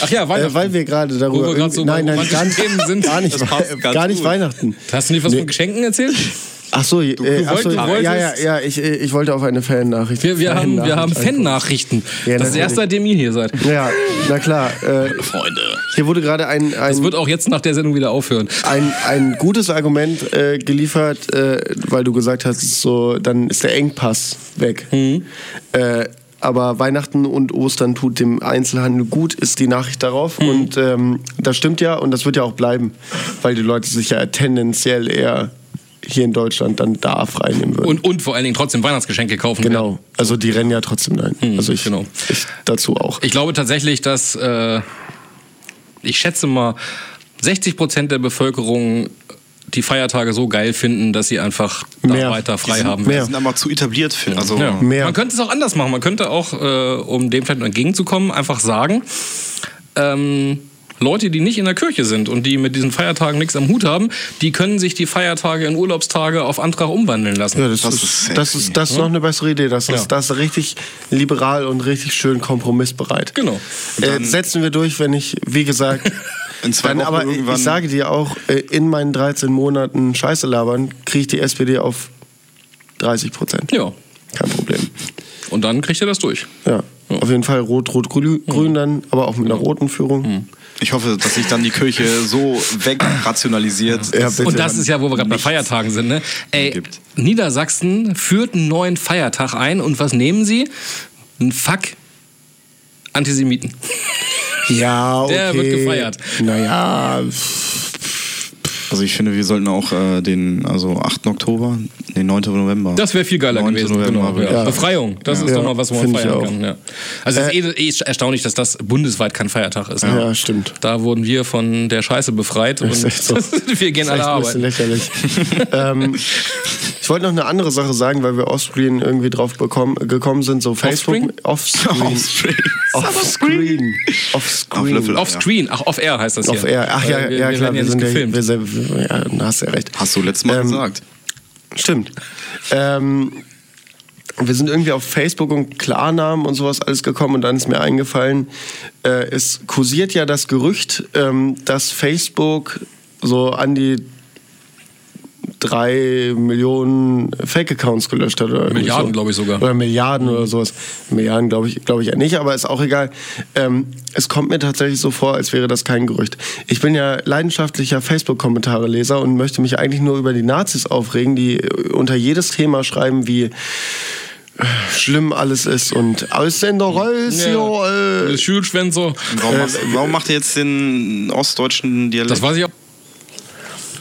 A: Ach ja,
C: Äh,
A: Weihnachten.
C: weil wir gerade darüber.
A: Wo wir grad so
C: nein,
A: bei
C: nein, gar nicht,
A: romantischen Themen sind.
C: Gar nicht,
B: Das passt
C: Wei-
B: ganz
C: gar nicht
B: gut.
C: Weihnachten.
A: Hast du nicht was
C: Nee.
A: von Geschenken erzählt?
C: Ach so, äh, ach so
A: wolltest-
C: ja,
A: du
C: ja, ja,
A: wolltest-
C: ja, ich, äh, ich wollte auf eine Fan-Nachricht.
A: Wir, wir haben, wir haben
C: Fan-Nachricht
A: Fan-Nachrichten.
C: Ja,
A: das ist erst
C: natürlich.
A: seitdem ihr hier seid.
C: Ja, na klar. Äh,
B: Freunde.
C: hier wurde gerade ein,
A: Es
C: ein,
A: wird auch jetzt nach der Sendung wieder aufhören.
C: ein, ein gutes Argument äh, geliefert, äh, weil du gesagt hast, so, dann ist der Engpass weg.
A: Mhm.
C: Äh, aber Weihnachten und Ostern tut dem Einzelhandel gut, ist die Nachricht darauf.
A: Mhm.
C: Und ähm, das stimmt ja und das wird ja auch bleiben, weil die Leute sich ja tendenziell eher hier in Deutschland dann da freinehmen würden.
A: Und, und vor allen Dingen trotzdem Weihnachtsgeschenke kaufen. werden.
C: Genau. Also die rennen ja trotzdem rein. also ich,
A: genau.
C: ich dazu auch.
A: Ich glaube tatsächlich, dass äh, ich schätze mal 60 Prozent der Bevölkerung die Feiertage so geil finden, dass sie einfach da
C: Mehr.
A: weiter frei haben
B: Die
C: mehr.
B: sind aber zu etabliert für. Also,
A: Ja.
C: Mehr.
A: Man könnte es auch anders machen. Man könnte auch, äh, um dem vielleicht noch entgegenzukommen, einfach sagen, ähm, Leute, die nicht in der Kirche sind und die mit diesen Feiertagen nichts am Hut haben, die können sich die Feiertage in Urlaubstage auf Antrag umwandeln lassen.
C: Ja, das,
B: Das
C: ist,
B: ist
C: das
B: sexy.
C: ist das ist noch eine bessere Idee. Das
A: Ja.
C: ist das ist richtig liberal und richtig schön kompromissbereit.
A: Genau.
C: Äh, setzen wir durch, wenn ich, wie gesagt,
B: In zwei
C: dann,
B: Wochen
C: aber ich
B: irgendwann-
C: sage dir auch, äh, in meinen 13 Monaten Scheiße labern, kriege ich die SPD auf 30 Prozent.
A: Ja.
C: Kein Problem.
A: Und dann kriegt ihr das durch. Mhm.
C: Ja. Auf jeden Fall rot, rot, grün, grün dann, aber auch mit einer roten Führung.
B: Ich hoffe, dass sich dann die Kirche so wegrationalisiert.
C: Ja, bitte.
A: Und das ist ja, wo wir gerade bei Feiertagen sind. Ne? Ey,
B: gibt.
A: Niedersachsen führt einen neuen Feiertag ein und was nehmen sie? Ein Fuck Antisemiten.
C: Ja, okay.
A: Der wird gefeiert.
C: Naja,
B: Also ich finde, wir sollten auch äh, den, also 8. Oktober, den 9. November.
A: Das wäre viel geiler
B: 9.
A: gewesen.
B: November,
A: Genau, ja.
B: ja.
A: Befreiung. Das ist
C: Ja,
A: doch mal was, wo man
C: find ich
A: feiern
C: auch. Äh.
A: kann. Ja. Also es ist eh, eh erstaunlich, dass das bundesweit kein Feiertag ist. ne?
C: Ja, stimmt.
A: Da wurden wir von der Scheiße befreit und
C: echt so.
A: wir gehen
C: ist echt
A: alle arbeiten.
C: ein bisschen lächerlich. ähm, ich wollte noch eine andere Sache sagen, weil wir offscreen irgendwie drauf bekommen, gekommen sind, so Facebook. Offscreen. Offscreen.
B: Auf
C: Offscreen.
B: Löffel.
A: Off Screen, ach, off Air heißt das
C: Auf
A: hier.
C: R. Ähm. Ach ja,
A: Weil wir,
C: ja
A: wir
C: klar,
A: werden ja
C: wir
A: nicht
C: sind ja,
A: gefilmt.
C: wir sind, ja, da hast du ja recht.
B: Hast du letztes Mal
C: Ähm,
B: gesagt.
C: Stimmt. Ähm, wir sind irgendwie auf Facebook und Klarnamen und sowas alles gekommen und dann ist mir eingefallen, äh, es kursiert ja das Gerücht, ähm, dass Facebook so an die drei Millionen Fake-Accounts gelöscht hat. Oder irgendwie
A: Milliarden,
C: so.
A: glaube ich, sogar.
C: Oder Milliarden oder sowas. Milliarden glaube ich, glaube ich ja nicht, aber ist auch egal. Ähm, es kommt mir tatsächlich so vor, als wäre das kein Gerücht. Ich bin ja leidenschaftlicher Facebook-Kommentare-Leser und möchte mich eigentlich nur über die Nazis aufregen, die äh, unter jedes Thema schreiben, wie äh, schlimm alles ist und Ausländer raus,
A: Ja.
C: jo, äh,
A: Das Schulschwänzer.
B: Warum, machst, warum macht ihr jetzt den ostdeutschen Dialekt?
A: Das weiß ich auch.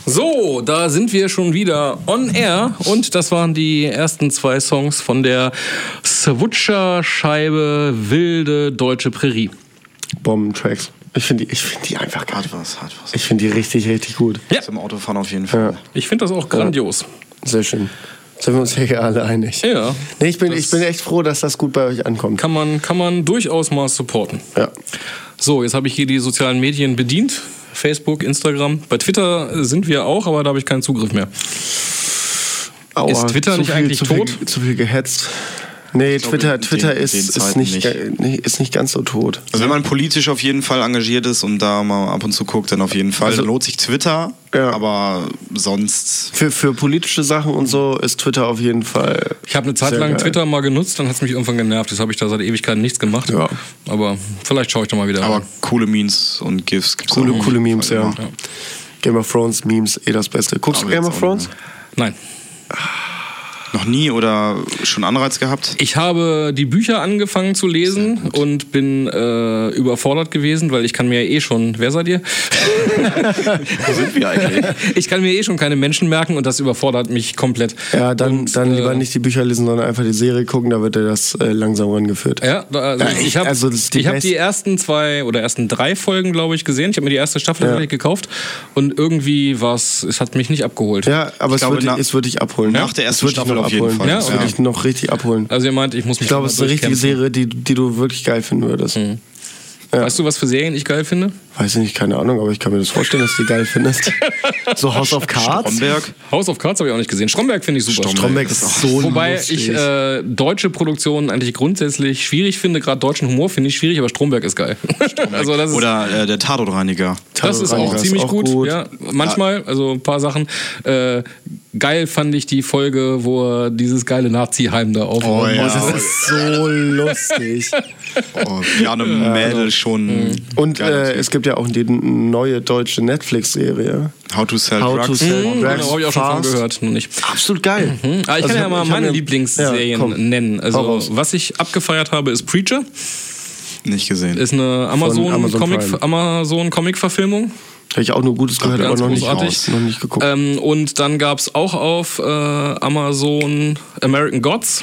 A: So, da sind wir schon wieder on air und das waren die ersten zwei Songs von der Swutscher Scheibe Wilde Deutsche Prärie.
C: Bomben-Tracks. Ich finde die, ich find die einfach geil.
B: hart was, hart was.
C: Ich finde die richtig, richtig gut.
A: Ja.
B: Zum Autofahren auf jeden Fall.
A: Ich finde das auch grandios.
C: Sehr schön. Sind wir uns hier alle einig?
A: Ja.
C: Nee, ich bin, ich bin echt froh, dass das gut bei euch ankommt.
A: Kann man, kann man durchaus mal supporten.
C: Ja.
A: So, jetzt habe ich hier die sozialen Medien bedient. Facebook, Instagram. Bei Twitter sind wir auch, aber da habe ich keinen Zugriff mehr.
C: Aua,
A: Ist Twitter
C: zu
A: nicht
C: viel,
A: eigentlich
C: zu viel,
A: tot?
C: Zu viel gehetzt. Nee,
B: glaube,
C: Twitter,
B: in den-
C: Twitter
B: in den
C: ist, ist,
B: Zeiten
C: nicht,
B: nicht.
C: ge- nee, ist nicht ganz so tot.
B: Also wenn man politisch auf jeden Fall engagiert ist und da mal ab und zu guckt, dann auf jeden Fall.
C: Also-
B: Also, lohnt sich Twitter,
C: Ja.
B: aber sonst.
C: Für, für politische Sachen und so ist Twitter auf jeden Fall.
A: Ich habe eine Zeit
C: Sehr
A: lang
C: geil.
A: Twitter mal genutzt, dann hat es mich irgendwann genervt. Jetzt habe ich da seit Ewigkeiten nichts gemacht.
C: Ja.
A: Aber vielleicht schaue ich da mal wieder.
B: Aber
A: rein.
B: coole Memes und GIFs gibt's
C: Coole,
B: auch.
C: coole Memes, ja.
B: Mhm. Ja.
C: Game of Thrones, Memes, eh das Beste. Guckst du
B: Aber jetzt
C: Game
B: auch
C: of
B: nicht
C: Thrones?
A: Nein.
B: Noch nie oder schon Anreiz gehabt?
A: Ich habe die Bücher angefangen zu lesen und bin äh, überfordert gewesen, weil ich kann mir ja eh schon, wer seid ihr?
B: Wo sind wir eigentlich?
A: ich kann mir eh schon keine Menschen merken und das überfordert mich komplett.
C: Ja, dann,
A: Und,
C: dann lieber
A: äh,
C: nicht die Bücher lesen, sondern einfach die Serie gucken, da wird dir das äh, langsam rangeführt.
A: Ja, da- also
C: Ja,
A: ich
C: echt,
A: habe
C: also das ist die
A: ich hab
C: beste-
A: die ersten zwei oder ersten drei Folgen, glaube ich, gesehen. Ich habe mir die erste Staffel tatsächlich gekauft und irgendwie war es, es hat mich nicht abgeholt.
C: Ja, aber es,
B: glaube,
C: wird,
B: na-
C: dich- es wird dich abholen.
B: nach der
C: Es
B: ersten
C: wird dich
B: Staffel
C: noch
B: auf jeden
C: abholen.
B: Fall.
A: Ja,
C: Es
A: okay.
C: wird dich noch richtig abholen.
A: Also ihr meint, ich muss mich
C: Ich glaube, es ist eine richtige
A: durchkämpfen. Hm.
C: Serie, die, die du wirklich geil finden würdest.
A: Weißt du, was für Serien ich geil finde?
C: Weiß ich nicht, keine Ahnung, aber ich kann mir das vorstellen, dass du die geil findest. so House of Cards.
B: Stromberg?
A: House of Cards habe ich auch nicht gesehen. Stromberg finde ich super.
C: Stromberg ist so
A: Wobei
C: lustig.
A: ich äh, deutsche Produktionen eigentlich grundsätzlich schwierig finde. Gerade deutschen Humor finde ich schwierig, aber Stromberg ist geil. also das ist,
B: Oder äh, der Tatortreiniger.
A: das ist auch
C: Tatortreiniger ist
A: ziemlich
C: auch
A: gut.
C: gut.
A: Ja, manchmal, also ein paar Sachen. Äh, geil fand ich die Folge, wo er dieses geile Nazi-Heim da Genau, aufbaut.
C: Oh, das ist so lustig.
B: Oh, Janne Mädel schon.
C: also- Und
B: Geiler
C: äh,
B: Typ.
C: es gibt ja auch die neue deutsche Netflix-Serie.
B: How to Sell
C: How to
B: Drugs.
C: Sell
A: Genau,
C: Drugs
A: habe ich auch schon von
C: Fast.
A: gehört, nur nicht.
C: Absolut geil.
A: Ah, ich
C: Also
A: kann ja mal
C: ich hab
A: meine
C: mir- Ja,
A: Lieblingsserien
C: komm.
A: nennen. Also,
C: Hau raus.
A: was ich abgefeiert habe, ist Preacher.
B: Nicht gesehen.
A: Ist eine Amazon-Comic-Verfilmung.
C: Amazon
A: Amazon Comic,
C: Prime.
A: Amazon Comic-Verfilmung.
C: Habe ich auch nur Gutes gehört, aber
A: Ganz
C: noch nicht,
A: großartig.
C: noch nicht geguckt.
A: Ähm, und dann gab es auch auf äh, Amazon American Gods,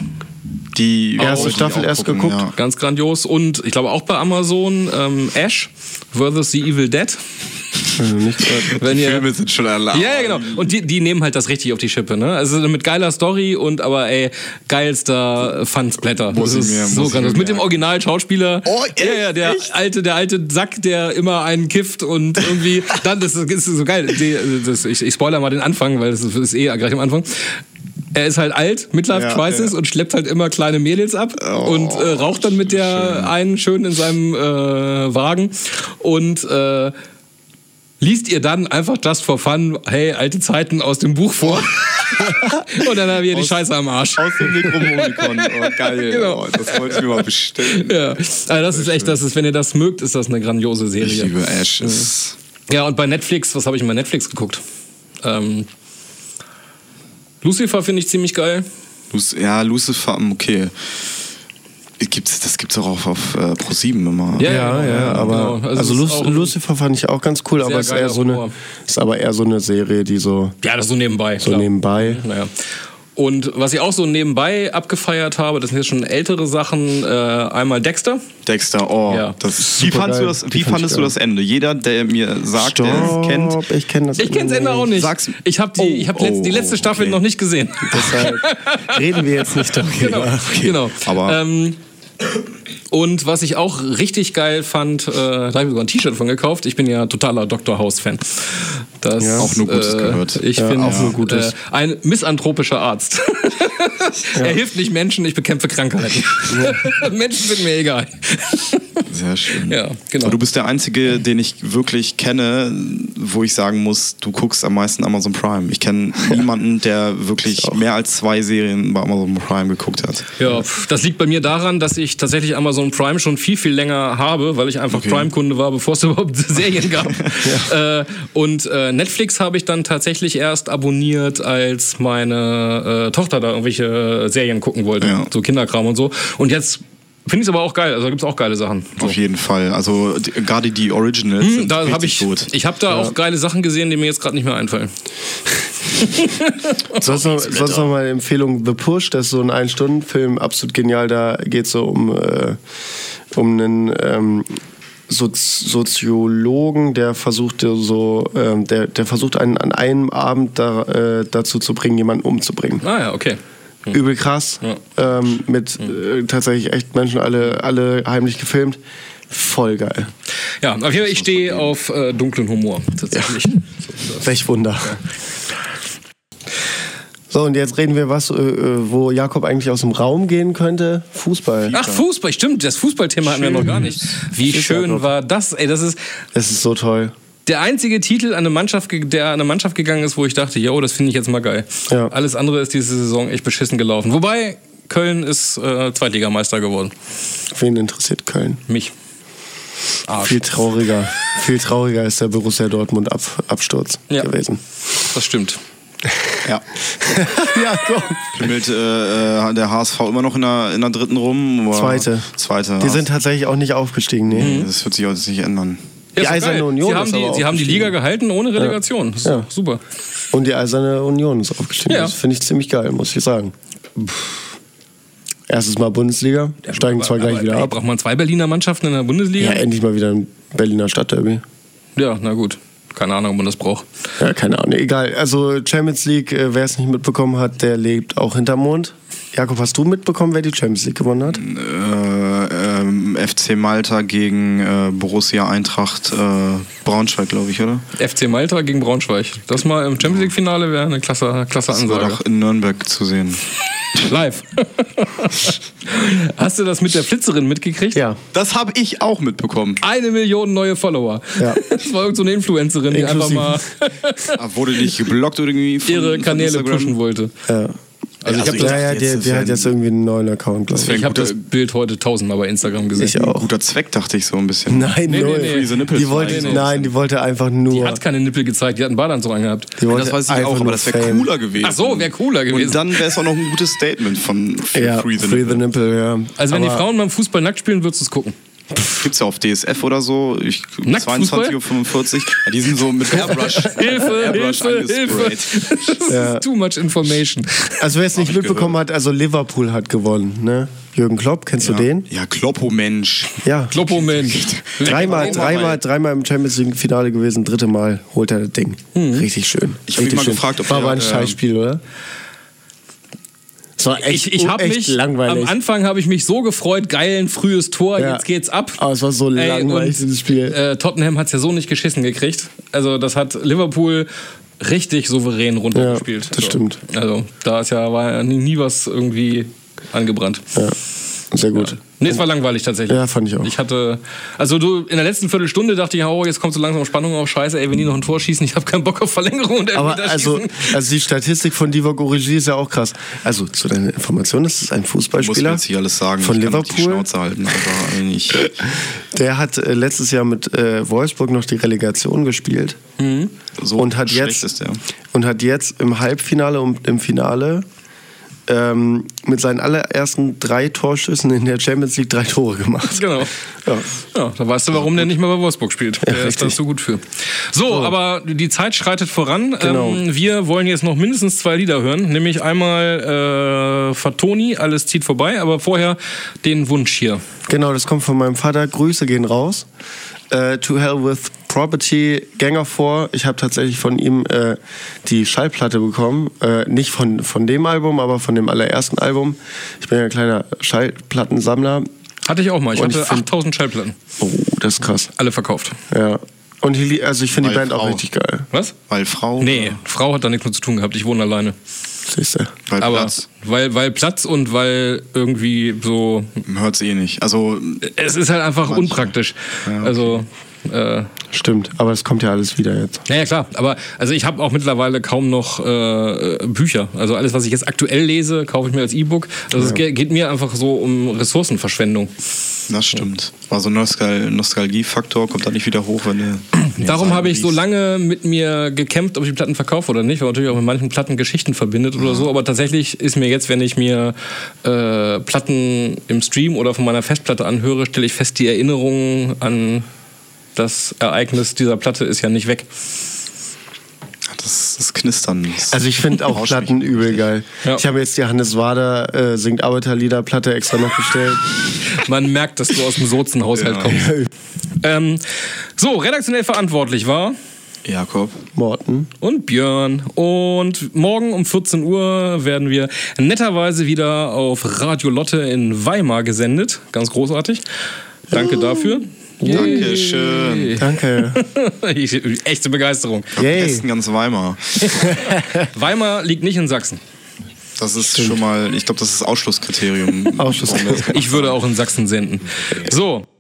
B: die
C: Erste
B: die
C: Staffel
B: auch
C: erst
B: gucken,
C: geguckt.
B: Ja.
A: ganz grandios. Und ich glaube auch bei Amazon ähm, Ash versus the Evil Dead.
C: Also nicht gehört.
A: Wenn
B: Äh, Die
A: ihr,
B: Filme sind schon alle.
A: Ja, ja, genau. Und die, die nehmen halt das richtig auf die Schippe, ne? Also mit geiler Story und aber ey, geilster Fansblätter. Das
B: Muss ich
A: ist
B: mir-
A: so
B: muss ich
A: grandios.
B: mir
A: Mit dem
B: merken.
A: Original-Schauspieler.
B: Oh, echt?
A: ja, ja, der alte, der alte Sack, der immer einen kifft und irgendwie. dann, das ist, das ist so geil. Die, das, ich, ich spoiler mal den Anfang, weil das ist, ist eh gleich am Anfang. Er ist halt alt, Midlife
B: Ja,
A: Crisis
B: ja. Oh,
A: und schleppt halt immer kleine Mädels ab und äh, raucht dann mit der einen schön in seinem äh, Wagen und äh, liest ihr dann einfach just for fun, hey, alte Zeiten aus dem Buch vor. Und dann haben wir die
B: Aus-
A: Scheiße am Arsch.
B: Aus dem Necromonicon. Oh, geil.
A: Genau.
B: Oh, das wollte ich mir mal bestellen.
A: Ja, also das ist echt, das ist, wenn ihr das mögt, ist das eine grandiose
B: Ich
A: Serie.
B: liebe Ash. Es-
A: Ja, und bei Netflix, was habe ich denn bei Netflix geguckt? Ähm, Lucifer finde ich ziemlich geil.
B: Luc- Ja, Lucifer, mm, okay. Gibt's, das gibt's auch auf, auf äh, Pro 7 immer.
C: Ja, ja, aber
A: genau.
C: also,
A: es ist
C: Lus-
A: auch-
C: Lucifer fand ich auch ganz cool, aber ist
A: geiler
C: eher so eine,
A: Humor.
C: ist aber eher so eine Serie, die so,
A: Ja, das so nebenbei.
C: so nebenbei.
A: Naja. Und was ich auch so nebenbei abgefeiert habe, das sind jetzt schon ältere Sachen. Äh, einmal Dexter.
B: Dexter, oh.
A: Ja.
B: Das wie fandst
C: geil.
B: du das,
C: Die
B: wie
C: fand ich
B: fandest du
C: geil.
B: das Ende? Jeder, der mir sagt, der es kennt,
C: Stopp, ich kenne das.
A: Ich kenn's Ende auch nicht.
B: Sag's-
A: Ich habe die,
B: Oh,
A: ich hab letzt,
B: oh,
A: die letzte
B: oh,
A: Staffel
B: okay.
A: noch nicht gesehen.
C: Deshalb reden wir jetzt nicht darüber.
A: genau. genau.
B: aber-
A: ähm, und was ich auch richtig geil fand, äh, da habe ich sogar ein T-Shirt von gekauft. Ich bin ja totaler Dr. House-Fan. Das äh,
C: Ja.
B: Auch nur Gutes gehört.
A: Ich
C: Ja,
A: finde
C: auch nur Gutes.
A: Äh, ein misanthropischer Arzt. Er hilft nicht Menschen, ich bekämpfe Krankheiten. Menschen sind mir egal.
B: Sehr schön.
A: Ja, genau.
B: Aber du bist der Einzige, den ich wirklich kenne, wo ich sagen muss, du guckst am meisten Amazon Prime. Ich kenne niemanden, der wirklich mehr als zwei Serien bei Amazon Prime geguckt hat.
A: Ja, pf, das liegt bei mir daran, dass ich tatsächlich Amazon Prime schon viel, viel länger habe, weil ich einfach
B: Okay.
A: Prime-Kunde war, bevor es überhaupt Serien gab. äh, und äh, Netflix habe ich dann tatsächlich erst abonniert, als meine äh, Tochter da irgendwelche Serien gucken wollte.
B: Ja.
A: So Kinderkram und so. Und jetzt finde ich es aber auch geil. Also da gibt es auch geile Sachen. So. Hm,
B: Auf jeden Fall. Also die- gerade die Originals sind
A: Da habe
B: richtig
A: ich,
B: gut.
A: ich habe da auch geile Sachen gesehen, die mir jetzt gerade nicht mehr einfallen.
C: Sonst noch, sonst noch mal eine Empfehlung: The Push, das ist so ein Ein-Stunden-Film, absolut genial. Da geht es so um, äh, um einen ähm, Soz Soziologen, der versucht, so, ähm, der, der versucht, einen an einem Abend da, äh, dazu zu bringen, jemanden umzubringen.
A: Ah ja, okay.
C: Übel krass. Ähm, mit äh, tatsächlich echt Menschen alle, alle heimlich gefilmt. Voll geil.
A: Ja, auf jeden Fall, ich stehe auf äh, dunklen Humor tatsächlich.
C: Welch Wunder. So, und jetzt reden wir was, äh, äh, wo Jakob eigentlich aus dem Raum gehen könnte. Fußball.
A: Ach, Fußball, stimmt, das Fußballthema hatten wir noch gar nicht. Wie schön war das? Ey, das ist
C: Es ist so toll.
A: der einzige Titel, an eine Mannschaft, ge- der an eine Mannschaft gegangen ist, wo ich dachte, yo, das finde ich jetzt mal geil.
C: Ja.
A: Alles andere ist diese Saison echt beschissen gelaufen. Wobei, Köln ist äh, Zweitligameister geworden.
C: Wen interessiert Köln?
A: Mich. Ah, Arsch.
C: Viel trauriger. Viel trauriger ist der Borussia Dortmund Ab Absturz
A: Ja.
C: gewesen.
A: Das stimmt.
B: ja.
C: ja, komm.
B: Pimmelt äh, äh, der HSV immer noch in der, in der dritten rum? Oder?
C: Zweite.
B: Zweite.
C: Die sind tatsächlich auch nicht aufgestiegen, nee.
A: Mhm. halt-
B: das wird sich heute nicht ändern.
A: Ja,
C: Die
A: ist doch
C: Eiserne
A: geil.
C: Union
A: Sie haben,
C: ist aber
A: die,
C: auch
A: sie haben die
C: gestiegen.
A: Liga gehalten ohne Relegation. Das ist
C: Ja.
A: doch super.
C: Und die Eiserne Union ist aufgestiegen.
A: Ja.
C: Das finde ich ziemlich geil, muss ich sagen. Erstes Mal Bundesliga, steigen zwar
A: Aber-
C: gleich
A: aber,
C: wieder
A: ey,
C: ab.
A: Braucht man zwei Berliner Mannschaften in der
C: Ja,
A: Bundesliga?
C: endlich mal wieder ein Berliner Stadtderby.
A: ja na gut. Keine Ahnung, ob man das braucht.
C: Ja, keine Ahnung, egal. Also Champions League, äh, wer es nicht mitbekommen hat, der lebt auch hinterm Mond. Jakob, hast du mitbekommen, wer die Champions League gewonnen hat?
B: Äh, ähm, FC Malta gegen äh, Borussia Eintracht äh, Braunschweig, glaube ich, oder?
A: FC Malta gegen Braunschweig. Das mal im Champions League Finale wäre eine klasse, klasse
B: Das war
A: Ansage.
B: doch in Nürnberg zu sehen.
A: Live. Hast du das mit der Flitzerin mitgekriegt?
C: Ja.
B: Das habe ich auch mitbekommen.
A: Eine Million neue Follower.
C: Ja.
A: Das war irgendeine so eine Influencerin, die
C: Inklusive.
A: einfach mal
B: Ah, Wurde nicht geblockt oder irgendwie? Von,
A: ihre Kanäle
B: von Instagram?
A: pushen wollte.
C: Ja,
A: Also ich
B: Also
A: habe
B: ich-
A: das,
C: ja, ja
B: dachte
C: die,
B: jetzt,
C: die
B: das
C: hat
B: wär-
C: jetzt irgendwie einen neuen Account, glaube ich.
A: ich
B: wär-
A: hab das Bild heute tausendmal bei Instagram gesehen.
C: Ich auch.
B: Guter Zweck, dachte ich so ein bisschen.
C: Nein,
A: Nee, nee,
C: null.
A: nee. Diese
B: Nippel
C: Die wollte,
A: zeigen.
C: nein, die wollte einfach nur.
A: Die hat keine Nippel gezeigt, die hat einen Badeanzug angehabt.
C: die wollte
B: Das weiß ich
C: einfach
B: auch, aber
C: nur
B: das wäre
C: Fame.
B: cooler gewesen.
A: Ach so, wäre cooler gewesen.
B: Und dann wäre es auch noch ein gutes Statement von
C: Ja, Free the, Nipple, ja.
A: also wenn
C: Aber
A: die Frauen beim Fußball nackt spielen, würdest du es gucken.
B: Gibt's ja auf DSF oder so. Ich,
A: Nacktfußball?
B: 22 Uhr 45. Ja, die sind so mit Airbrush.
A: Hilfe,
B: Airbrush
A: Hilfe, Hilfe.
B: angesprayt.
A: Das
C: Ja.
A: ist too much information.
C: Also wer es nicht mitbekommen hat, also Liverpool hat gewonnen, ne? Jürgen Klopp, kennst du den?
B: Ja, Kloppo, Mensch.
C: Ja.
A: Kloppo, Mensch.
C: Dreimal,
B: Leck-
C: dreimal, dreimal im Champions League Finale gewesen, dritte Mal holt er das Ding. Richtig schön.
B: Mhm. Ich hab mich
C: Richtig
B: mal
C: schön.
B: gefragt, ob
C: war
B: der,
C: aber ein
B: äh,
C: Scheißspiel, oder? Es war echt,
A: ich ich habe
C: echt
A: mich
C: langweilig.
A: am Anfang habe ich mich so gefreut, geil, ein frühes Tor,
C: Ja.
A: jetzt geht's ab.
C: Aber es war so langweilig,
A: und,
C: dieses Spiel.
A: Äh, Tottenham hat's ja so nicht geschissen gekriegt. Also das hat Liverpool richtig souverän runtergespielt. Also,
C: Ja, das
A: so.
C: stimmt.
A: Also da ist ja war ja nie, nie was irgendwie angebrannt.
C: Ja.
B: äh,
C: Sehr gut.
A: Nee, es war langweilig tatsächlich.
C: Ja, fand ich auch.
A: Ich hatte, also du, in der letzten Viertelstunde dachte ich, oh, jetzt kommt so langsam Spannung auf, scheiße, ey, wenn die noch ein Tor schießen, ich habe keinen Bock auf Verlängerung und
C: Aber also,
A: Elfmeterschießen.
C: also die Statistik von Divock Origi ist ja auch krass. Also zu deiner Information, das ist ein
B: Muss mir
C: Fußballspieler
B: jetzt hier alles sagen.
C: von
B: ich kann doch Die
C: Liverpool.
B: Schnauze halten, aber eigentlich.
C: Der hat äh, letztes Jahr mit äh, Wolfsburg noch die Relegation gespielt
B: Mhm. So
C: und, hat
B: schlecht
C: jetzt,
B: ist der.
C: und hat jetzt im Halbfinale und im Finale ähm, mit seinen allerersten drei Torschüssen in der Champions League drei Tore gemacht.
A: Genau.
C: Ja.
A: Ja, da weißt du, warum der nicht mehr bei Wolfsburg spielt. Der ist da
C: richtig.
A: so gut für. So, aber die Zeit schreitet voran.
C: Genau.
A: Ähm, wir wollen jetzt noch mindestens zwei Lieder hören, nämlich einmal äh, Fatoni, alles zieht vorbei, aber vorher den Wunsch hier.
C: Genau, das kommt von meinem Vater. Grüße gehen raus. Äh, to Hell with Property, Gänger vor. Ich habe tatsächlich von ihm äh, die Schallplatte bekommen. Äh, nicht von, von dem Album, aber von dem allerersten Album. Ich bin ja ein kleiner Schallplattensammler.
A: Hatte ich auch mal. Ich
C: Und ich
A: hatte
C: find-
A: 8000 Schallplatten,
C: Oh, das ist krass.
A: alle verkauft.
C: Ja. Und ich, lie- also ich finde die
B: Weil
C: Band auch
B: Frau.
C: richtig geil.
A: Was?
B: Weil Frau.
A: Nee, Frau hat da nichts mit zu tun gehabt. Ich wohne alleine.
C: Siehst du?
B: Weil
A: aber
B: Platz.
A: Weil, weil Platz und weil irgendwie so.
B: Hört eh nicht. Also,
A: Es ist halt einfach
B: Manche.
A: unpraktisch.
B: Ja, okay.
A: Also. Äh,
C: Stimmt, aber es kommt ja alles wieder jetzt.
A: naja, klar. Aber also ich habe auch mittlerweile kaum noch äh, Bücher. Also alles, was ich jetzt aktuell lese, kaufe ich mir als E-Book. Also es ge- geht mir einfach so um Ressourcenverschwendung.
B: das stimmt. Also, Nostal Nostalgiefaktor kommt da nicht wieder hoch, wenn du.
A: Darum habe ich so
B: liest.
A: lange mit mir gekämpft, ob ich die Platten verkaufe oder nicht, weil man natürlich auch mit manchen Platten Geschichten verbindet oder so. Aber tatsächlich ist mir jetzt, wenn ich mir äh, Platten im Stream oder von meiner Festplatte anhöre, stelle ich fest, die Erinnerung an das Ereignis dieser Platte ist ja nicht weg.
B: Das, das Knistern. Das
C: Also ich finde auch
B: Rauscht
C: Platten
B: mich.
C: übel geil.
A: Ja.
C: Ich habe jetzt die Hannes Wader äh, singt Arbeiterlieder Platte extra noch bestellt.
A: Man merkt, dass du aus dem Sozenhaushalt
B: Ja.
A: kommst. Ähm, so, redaktionell verantwortlich war
B: Jakob.
C: Morten.
A: und Björn. Und morgen um 14 Uhr werden wir netterweise wieder auf Radio Lotte in Weimar gesendet. Ganz großartig. Danke dafür.
B: Dankeschön.
C: Danke.
A: Ich- Echte Begeisterung.
C: Yay.
B: Besten ganz Weimar.
A: Weimar liegt nicht in Sachsen.
B: Das ist schon mal, ich glaube, das ist Ausschlusskriterium.
C: Ausschlusskriterium.
A: Ich würde auch in Sachsen senden. So,